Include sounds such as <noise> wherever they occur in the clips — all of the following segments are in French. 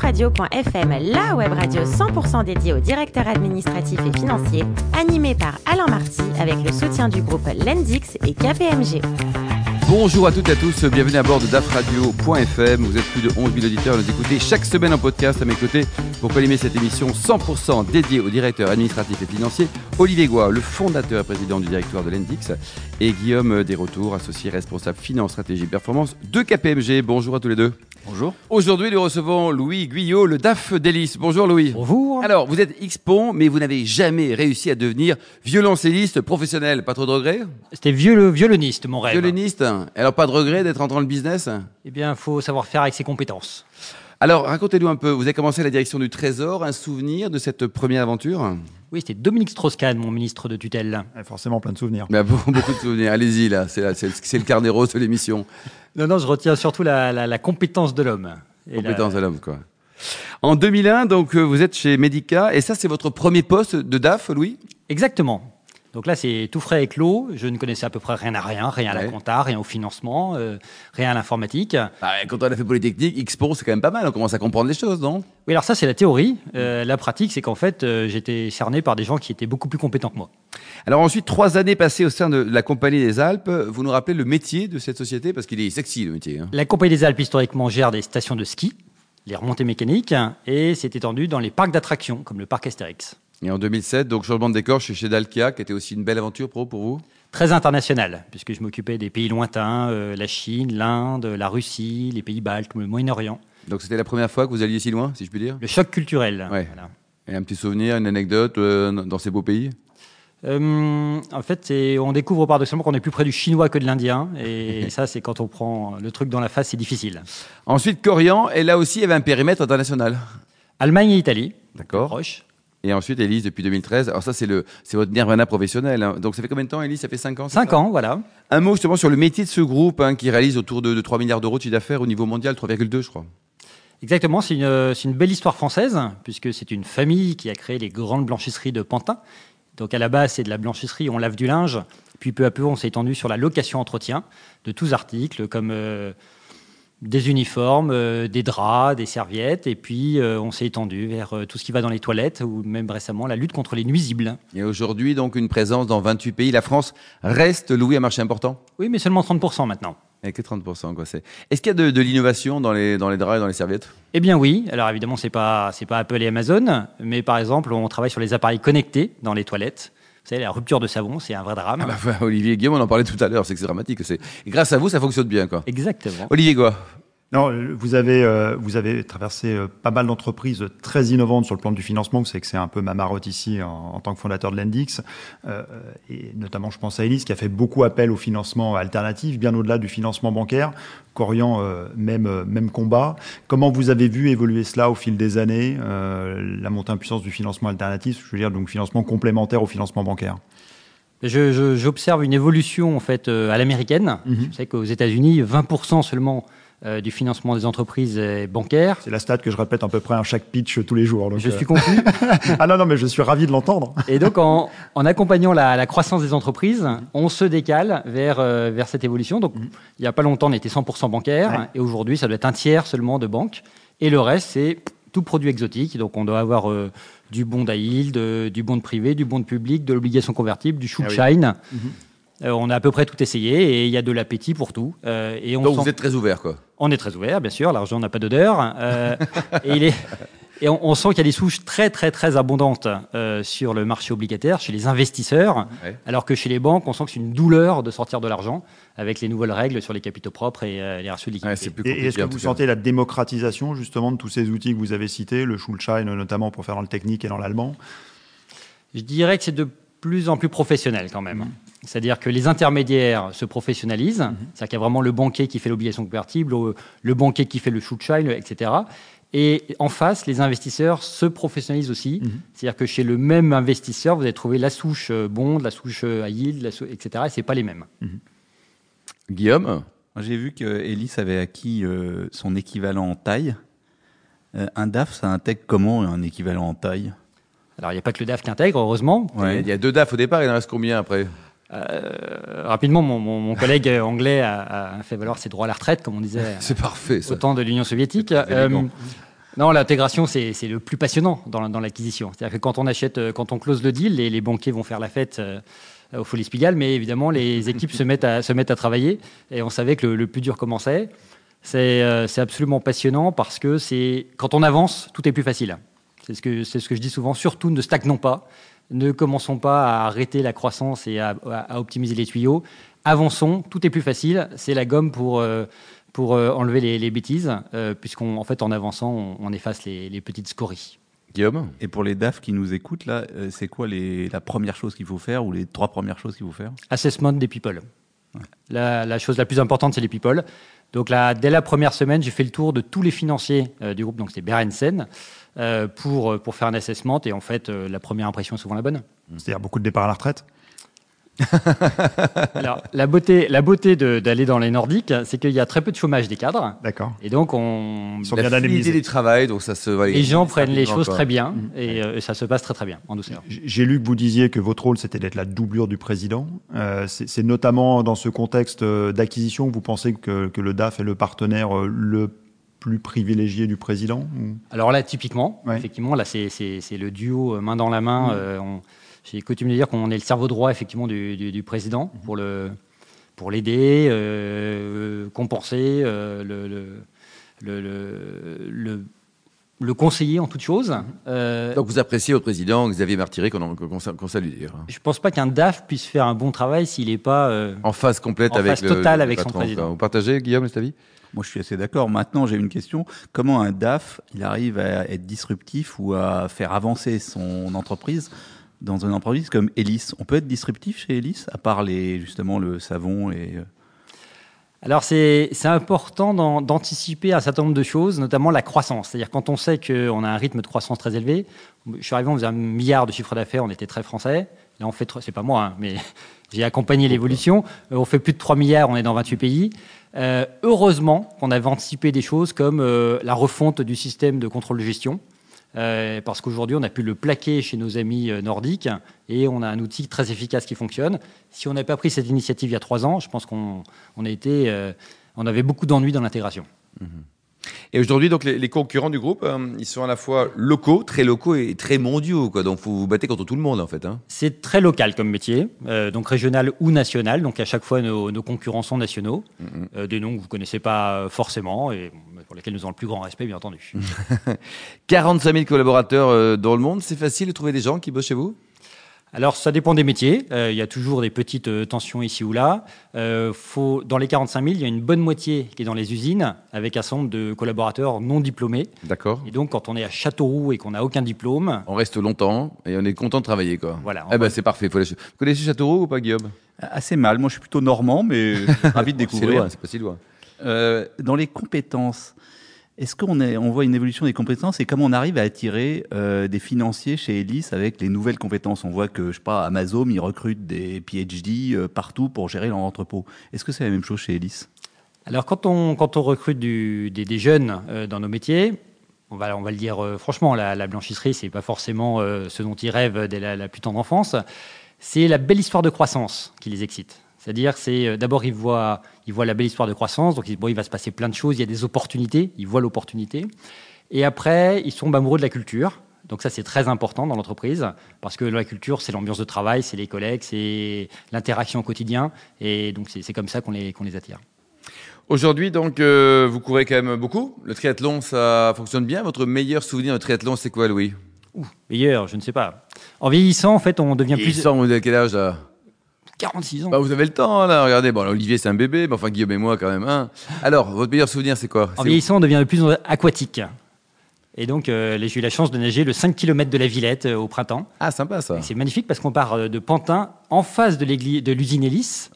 Radio.fm, la web radio 100% dédiée aux directeurs administratifs et financiers, animée par Alain Marty avec le soutien du groupe Lendix et KPMG. Bonjour à toutes et à tous, bienvenue à bord de dafradio.fm. Vous êtes plus de 11 000 auditeurs et nous écoutez chaque semaine en podcast à mes côtés pour collimer cette émission 100% dédiée au directeur administratif et financier Olivier Goua, le fondateur et président du directoire de l'Endix, et Guillaume Desretours, associé responsable finance, stratégie, performance de KPMG. Bonjour à tous les deux. Bonjour. Aujourd'hui, nous recevons Louis Guyot, le DAF d'Hélice. Bonjour Louis. Bonjour. Alors, vous êtes X-Pont, mais vous n'avez jamais réussi à devenir violoncelliste professionnel. Pas trop de regrets C'était viol- violoniste, mon rêve. Violoniste Alors, pas de regret d'être entré dans le business Eh bien, faut savoir faire avec ses compétences. Alors, racontez-nous un peu, vous avez commencé la direction du Trésor, un souvenir de cette première aventure Oui, c'était Dominique Strauss-Kahn, mon ministre de tutelle. Ouais, Eh, Forcément, plein de souvenirs. Bah, bon, <laughs> Beaucoup de souvenirs, allez-y là, c'est, là, c'est, le- c'est le carnet rose de l'émission. Non, non, je retiens surtout la, la- la compétence de l'homme. Et la- Compétence à l'homme, quoi. En 2001, donc, euh, vous êtes chez Medica, et ça, c'est votre premier poste de DAF, Louis Exactement. Donc là, c'est tout frais et clos. Je ne connaissais à peu près rien à rien, rien à la Ouais. compta, rien au financement, euh, rien à l'informatique. Bah, Quand on a fait Polytechnique, X-Pont, c'est quand même pas mal, on commence à comprendre les choses, non Oui, alors ça, c'est la théorie. Euh, la pratique, c'est qu'en fait, euh, j'étais cerné par des gens qui étaient beaucoup plus compétents que moi. Alors ensuite, trois années passées au sein de la Compagnie des Alpes. Vous nous rappelez le métier de cette société Parce qu'il est sexy, le métier. hein. La Compagnie des Alpes, historiquement, gère des stations de ski, les remontées mécaniques, et s'est étendue dans les parcs d'attractions, comme le parc Astérix. Et en 2007, donc changement de décor chez, chez Dalkia, qui était aussi une belle aventure pro pour vous. Très international, puisque je m'occupais des pays lointains, euh, la Chine, l'Inde, la Russie, les pays baltes, le Moyen-Orient. Donc c'était la première fois que vous alliez si loin, si je puis dire Le choc culturel. Ouais. voilà. Et un petit souvenir, une anecdote euh, dans ces beaux pays Euh, en fait, c'est- on découvre paradoxalement qu'on est plus près du chinois que de l'indien, <laughs> et ça, c'est quand on prend le truc dans la face, c'est difficile. Ensuite, Corian, et là aussi, il y avait un périmètre international. Allemagne et Italie, D'accord. proche. Et ensuite, Élise, depuis 2013. Alors ça, c'est le, c'est votre nirvana professionnel. hein. Donc ça fait combien de temps, Élise Ça fait 5 ans c'est Cinq ça ans, voilà. Un mot justement sur le métier de ce groupe hein, qui réalise autour de, de 3 milliards d'euros de chiffre d'affaires au niveau mondial, 3,2 je crois. Exactement, c'est une, euh, c'est une belle histoire française, puisque c'est une famille qui a créé les grandes blanchisseries de Pantin. Donc à la base, c'est de la blanchisserie, on lave du linge, puis peu à peu, on s'est étendu sur la location-entretien de tous articles, comme euh, des uniformes, euh, des draps, des serviettes, et puis euh, on s'est étendu vers euh, tout ce qui va dans les toilettes, ou même récemment la lutte contre les nuisibles. Et aujourd'hui, donc, une présence dans 28 pays. La France reste, Louis, un marché important Oui, mais seulement 30% maintenant. Avec Eh, que 30%, quoi. C'est... Est-ce qu'il y a de, de l'innovation dans les, dans les draps et dans les serviettes <laughs> Eh bien oui, alors évidemment c'est pas c'est pas Apple et Amazon, mais par exemple on travaille sur les appareils connectés dans les toilettes. Vous savez la rupture de savon, c'est un vrai drame. Ah bah, enfin, Olivier et Guillaume, on en parlait tout à l'heure, c'est que c'est dramatique. C'est... Et grâce à vous, ça fonctionne bien, quoi. Exactement. Olivier quoi Non, euh, vous avez, euh, vous avez traversé euh, pas mal d'entreprises très innovantes sur le plan du financement. Vous savez que c'est un peu ma marotte ici en, en tant que fondateur de l'Endix. Euh, et notamment, je pense à Elis qui a fait beaucoup appel au financement alternatif, bien au-delà du financement bancaire. Corian, euh, même, euh, même combat. Comment vous avez vu évoluer cela au fil des années, euh, la montée en puissance du financement alternatif, je veux dire, donc financement complémentaire au financement bancaire Je- je- J'observe une évolution en fait euh, à l'américaine. Mhm. Je sais qu'aux États-Unis, 20% seulement euh, du financement des entreprises est bancaire. C'est la stat que je répète à peu près à chaque pitch tous les jours. donc, Je euh, suis confus. Ah non, non, mais je suis ravi de l'entendre. Et donc, en, en accompagnant la, la croissance des entreprises, on se décale vers, euh, vers cette évolution. Donc, Mm. il n'y a pas longtemps, on était 100% bancaire. Ouais. Et aujourd'hui, ça doit être un tiers seulement de banque. Et le reste, c'est tout produit exotique. Donc, on doit avoir euh, du bond à yield, euh, du bond privé, du bond public, de l'obligation Ah convertible, du Schuldschein. Mm-hmm. Euh, on a à peu près tout essayé et il y a de l'appétit pour tout. Euh, et on Donc sent- vous êtes très ouvert, quoi. on est très ouvert, bien sûr. L'argent n'a pas d'odeur. Euh, et il est- et on, on sent qu'il y a des souches très, très, très abondantes euh, sur le marché obligataire, chez les investisseurs, Ouais. alors que chez les banques, on sent que c'est une douleur de sortir de l'argent avec les nouvelles règles sur les capitaux propres et euh, les ratios de liquidité. Ouais, c'est plus Et compliqué. est-ce que en tout vous cas. sentez la démocratisation justement de tous ces outils que vous avez cités, le Schulschein notamment pour faire dans le technique et dans l'allemand Je dirais que c'est de plus en plus professionnel quand même. C'est-à-dire que les intermédiaires se professionnalisent. C'est-à-dire qu'il y a vraiment le banquier qui fait l'obligation convertible, le, le banquier qui fait le Schuldschein, etc. Et en face, les investisseurs se professionnalisent aussi. C'est-à-dire que chez le même investisseur, vous allez trouver la souche euh, bond, la souche euh, à yield, la sou- etc. Et ce pas les mêmes. Guillaume J'ai vu que Elis avait acquis euh, son équivalent en taille. Euh, un DAF, ça intègre comment un équivalent en taille Alors, il n'y a pas que le DAF qui intègre, heureusement. Ouais. Il y a deux DAF au départ, il en reste combien après Euh, rapidement, mon, mon- mon collègue euh, <laughs> anglais a, a fait valoir ses droits à la retraite, comme on disait Ah, C'est parfait, ça. au temps de l'Union soviétique. C'est très élégant. Euh, Non, l'intégration, c'est c'est le plus passionnant dans, la- dans l'acquisition. C'est-à-dire que quand on achète, euh, quand on close le deal, les, les banquiers vont faire la fête euh, au Folies Pigalle, mais évidemment, <laughs> les équipes se, mettent à, se mettent à travailler. Et on savait que le, le plus dur commençait. C'est euh, c'est absolument passionnant parce que c'est quand on avance, tout est plus facile. C'est ce, que- c'est ce que je dis souvent. Surtout, ne stagnons pas. Ne commençons pas à arrêter la croissance et à, à- à optimiser les tuyaux. Avançons, tout est plus facile. C'est la gomme pour, euh, pour euh, enlever les, les bêtises, euh, puisqu'on en fait, en avançant, on, on efface les, les petites scories. Guillaume Et pour les DAF qui nous écoutent, là, euh, c'est quoi les, la première chose qu'il faut faire ou les trois premières choses qu'il faut faire Assessment des people. La, la chose la plus importante, c'est les people. Donc là, dès la première semaine, j'ai fait le tour de tous les financiers euh, du groupe, donc c'est Berensen, euh, pour, euh, pour faire un assessment. Et en fait, euh, la première impression est souvent la bonne. Mm. C'est-à-dire beaucoup de départs à la retraite. <laughs> Alors, la beauté, la beauté de- d'aller dans les Nordiques, c'est qu'il y a très peu de chômage des cadres. D'accord. Et donc, on, Ils sont La bien fluidité indemnisés. du travail, donc ça se... voilà, les gens prennent les rapidement, choses quoi. très bien Mmh. et euh, ça se passe très très bien en douceur. J- J'ai lu que vous disiez que votre rôle, c'était d'être la doublure du président. Euh, C'est c'est notamment dans ce contexte euh, d'acquisition que vous pensez que, que le DAF est le partenaire euh, le plus privilégié du président ou- Alors là, typiquement, Ouais. effectivement, là, c'est- c'est c'est le duo euh, main dans la main. Euh, on- J'ai coutume de dire qu'on est le cerveau droit, effectivement, du, du- du président pour le pour l'aider, euh, euh, compenser, euh, le, le, le, le- le- le conseiller en toute chose. Euh, Donc vous appréciez votre président, Xavier Martiré, qu'on en- qu'on sa- qu'on salue d'ailleurs. hein. je pense pas qu'un DAF puisse faire un bon travail s'il n'est pas euh, En phase complète En avec phase le, totale le avec son patron, président. quoi. Vous partagez, Guillaume, cet avis Moi, je suis assez d'accord. Maintenant, j'ai une question. Comment un DAF, il arrive à être disruptif ou à faire avancer son entreprise dans une entreprise comme Elis On peut être disruptif chez Elis, à part les, justement le savon et... euh, Alors c'est c'est important d'en- d'anticiper un certain nombre de choses, notamment la croissance. C'est-à-dire quand on sait qu'on a un rythme de croissance très élevé, je suis arrivé, on faisait un milliard de chiffre d'affaires, on était très français. Là on fait, trois- c'est pas moi, hein, mais <laughs> j'ai accompagné l'évolution. Euh, On fait plus de 3 milliards, on est dans 28 pays. Euh, heureusement qu'on avait anticipé des choses comme euh, la refonte du système de contrôle de gestion. Euh, parce qu'aujourd'hui, on a pu le plaquer chez nos amis euh, nordiques et on a un outil très efficace qui fonctionne. Si on n'avait pas pris cette initiative il y a trois ans, je pense qu'on on a été, euh, on avait beaucoup d'ennuis dans l'intégration. Et aujourd'hui, donc, les, les concurrents du groupe, hein, ils sont à la fois locaux, très locaux et très mondiaux, quoi. Donc, vous vous battez contre tout le monde, en fait. hein. C'est très local comme métier, euh, donc régional ou national. Donc à chaque fois, nos, nos concurrents sont nationaux, euh, des noms que vous ne connaissez pas euh, forcément et bon, pour lesquels nous avons le plus grand respect, bien entendu. <laughs> 45 000 collaborateurs euh, dans le monde. C'est facile de trouver des gens qui bossent chez vous Alors, ça dépend des métiers. Euh, il y a toujours des petites euh, tensions ici ou là. Euh, faut, dans les 45 000, il y a une bonne moitié qui est dans les usines, avec un certain nombre de collaborateurs non diplômés. D'accord. Et donc, quand on est à Châteauroux et qu'on n'a aucun diplôme, On reste longtemps et on est content de travailler, quoi. Voilà. Eh ben, c'est parfait. Faut lâcher. Vous connaissez Châteauroux ou pas, Guillaume Assez mal. Moi, je suis plutôt normand, mais ravi <laughs> de C'est découvrir. loin, c'est pas si loin. Euh, dans les compétences, est-ce qu'on est- on voit une évolution des compétences et comment on arrive à attirer euh, des financiers chez Elis avec les nouvelles compétences On voit que, je sais pas, Amazon, ils recrutent des PhD euh, partout pour gérer leur entrepôt. Est-ce que c'est la même chose chez Elis Alors quand on, quand on recrute du- des, des jeunes euh, dans nos métiers, on va, on va le dire euh, franchement, la, la blanchisserie, c'est pas forcément euh, ce dont ils rêvent dès la, la plus tendre enfance. C'est la belle histoire de croissance qui les excite. C'est-à-dire, c'est euh, d'abord ils voient, ils voient la belle histoire de croissance, donc ils disent, bon, il va se passer plein de choses, il y a des opportunités, ils voient l'opportunité. Et après, ils sont amoureux de la culture. Donc ça, c'est très important dans l'entreprise, parce que la culture, c'est l'ambiance de travail, c'est les collègues, c'est l'interaction au quotidien, et donc c'est c'est comme ça qu'on les, qu'on les attire. Aujourd'hui, donc, euh, vous courez quand même beaucoup. Le triathlon, ça fonctionne bien. Votre meilleur souvenir de triathlon, c'est quoi, Louis Meilleur, je ne sais pas. En vieillissant, en fait, on devient Il plus. semble, vous avez quel âge, là 46 ans. Bah, vous avez le temps, là, regardez. Bon, alors, Olivier, c'est un bébé, mais enfin, Guillaume et moi, quand même. hein. Alors, votre meilleur souvenir, c'est quoi en C'est vieillissant, on devient de plus en plus aquatique. Et donc, euh, là, j'ai eu la chance de nager le 5 km de la Villette euh, au printemps. où Ah, sympa, ça. Et C'est magnifique parce qu'on part euh, de Pantin en face de l'église- de l'usine Hélice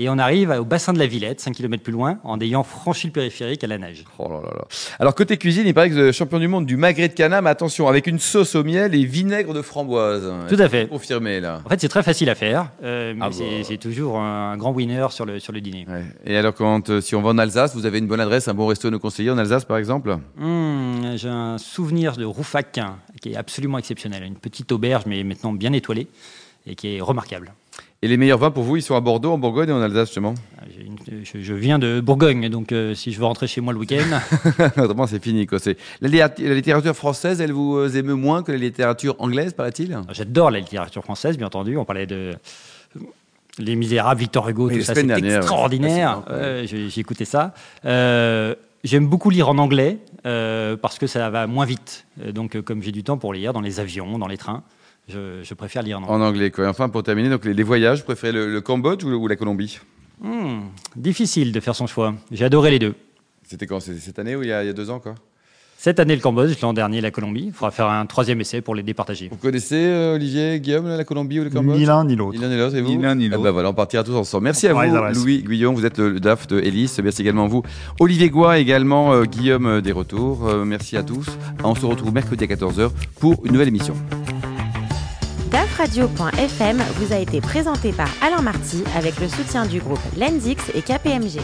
et on arrive au bassin de la Villette, 5 km plus loin, en ayant franchi le périphérique à la nage. Oh là là là. Alors, côté cuisine, il paraît que vous êtes champion du monde du magret de canard, mais attention, avec une sauce au miel et vinaigre de framboise. Tout à fait. Confirmé, là. En fait, c'est très facile à faire, euh, mais Ah c'est bah. c'est toujours un grand winner sur le, sur le dîner. Ouais. Et alors, quand, euh, si on va en Alsace, vous avez une bonne adresse, un bon resto à nous conseiller en Alsace, par exemple Hmm, J'ai un souvenir de Roufac hein, qui est absolument exceptionnel. Une petite auberge, mais maintenant bien étoilée et qui est remarquable. Et les meilleurs vins pour vous, ils sont à Bordeaux, en Bourgogne et en Alsace, justement <laughs> J'ai une- je, je viens de Bourgogne, donc euh, si je veux rentrer chez moi le <laughs> week-end, Autrement, c'est fini. Quoi. C'est- La, lit- la littérature française, elle vous euh, émeut moins que la littérature anglaise, paraît-il j'adore la littérature française, bien entendu. On parlait de euh, Les Misérables, Victor Hugo, Oui, tout la ça, c'est semaine dernière, extraordinaire. ouais. Ah, Euh, j'ai j'ai écouté ça. Euh, J'aime beaucoup lire en anglais euh, parce que ça va moins vite. Euh, Donc, euh, comme j'ai du temps pour lire dans les avions, dans les trains, je, je préfère lire en anglais. En anglais, quoi. Et enfin, pour terminer, donc, les, les voyages, vous préférez le, le Cambodge ou, le- ou la Colombie Hmm, difficile de faire son choix. J'ai adoré les deux. C'était quand C'était cette année ou il y a, il y a deux ans, quoi Cette année, le Cambodge, l'an dernier, la Colombie. Il faudra faire un troisième essai pour les départager. Vous connaissez, euh, Olivier, Guillaume, la Colombie ou le Cambodge Ni l'un ni l'autre. Ni l'un ni l'autre, et vous Ni l'un ni Eh ben l'autre. voilà, on partira tous ensemble. Merci à On prend les vous, adresses. Louis Guillon, vous êtes le, le DAF de Hélice. Merci également à vous, Olivier Goua, également euh, Guillaume euh, Desretours. Euh, merci à tous. On se retrouve mercredi à 14h pour une nouvelle émission. DAFradio.fm vous a été présenté par Alain Marty avec le soutien du groupe Lendix et KPMG.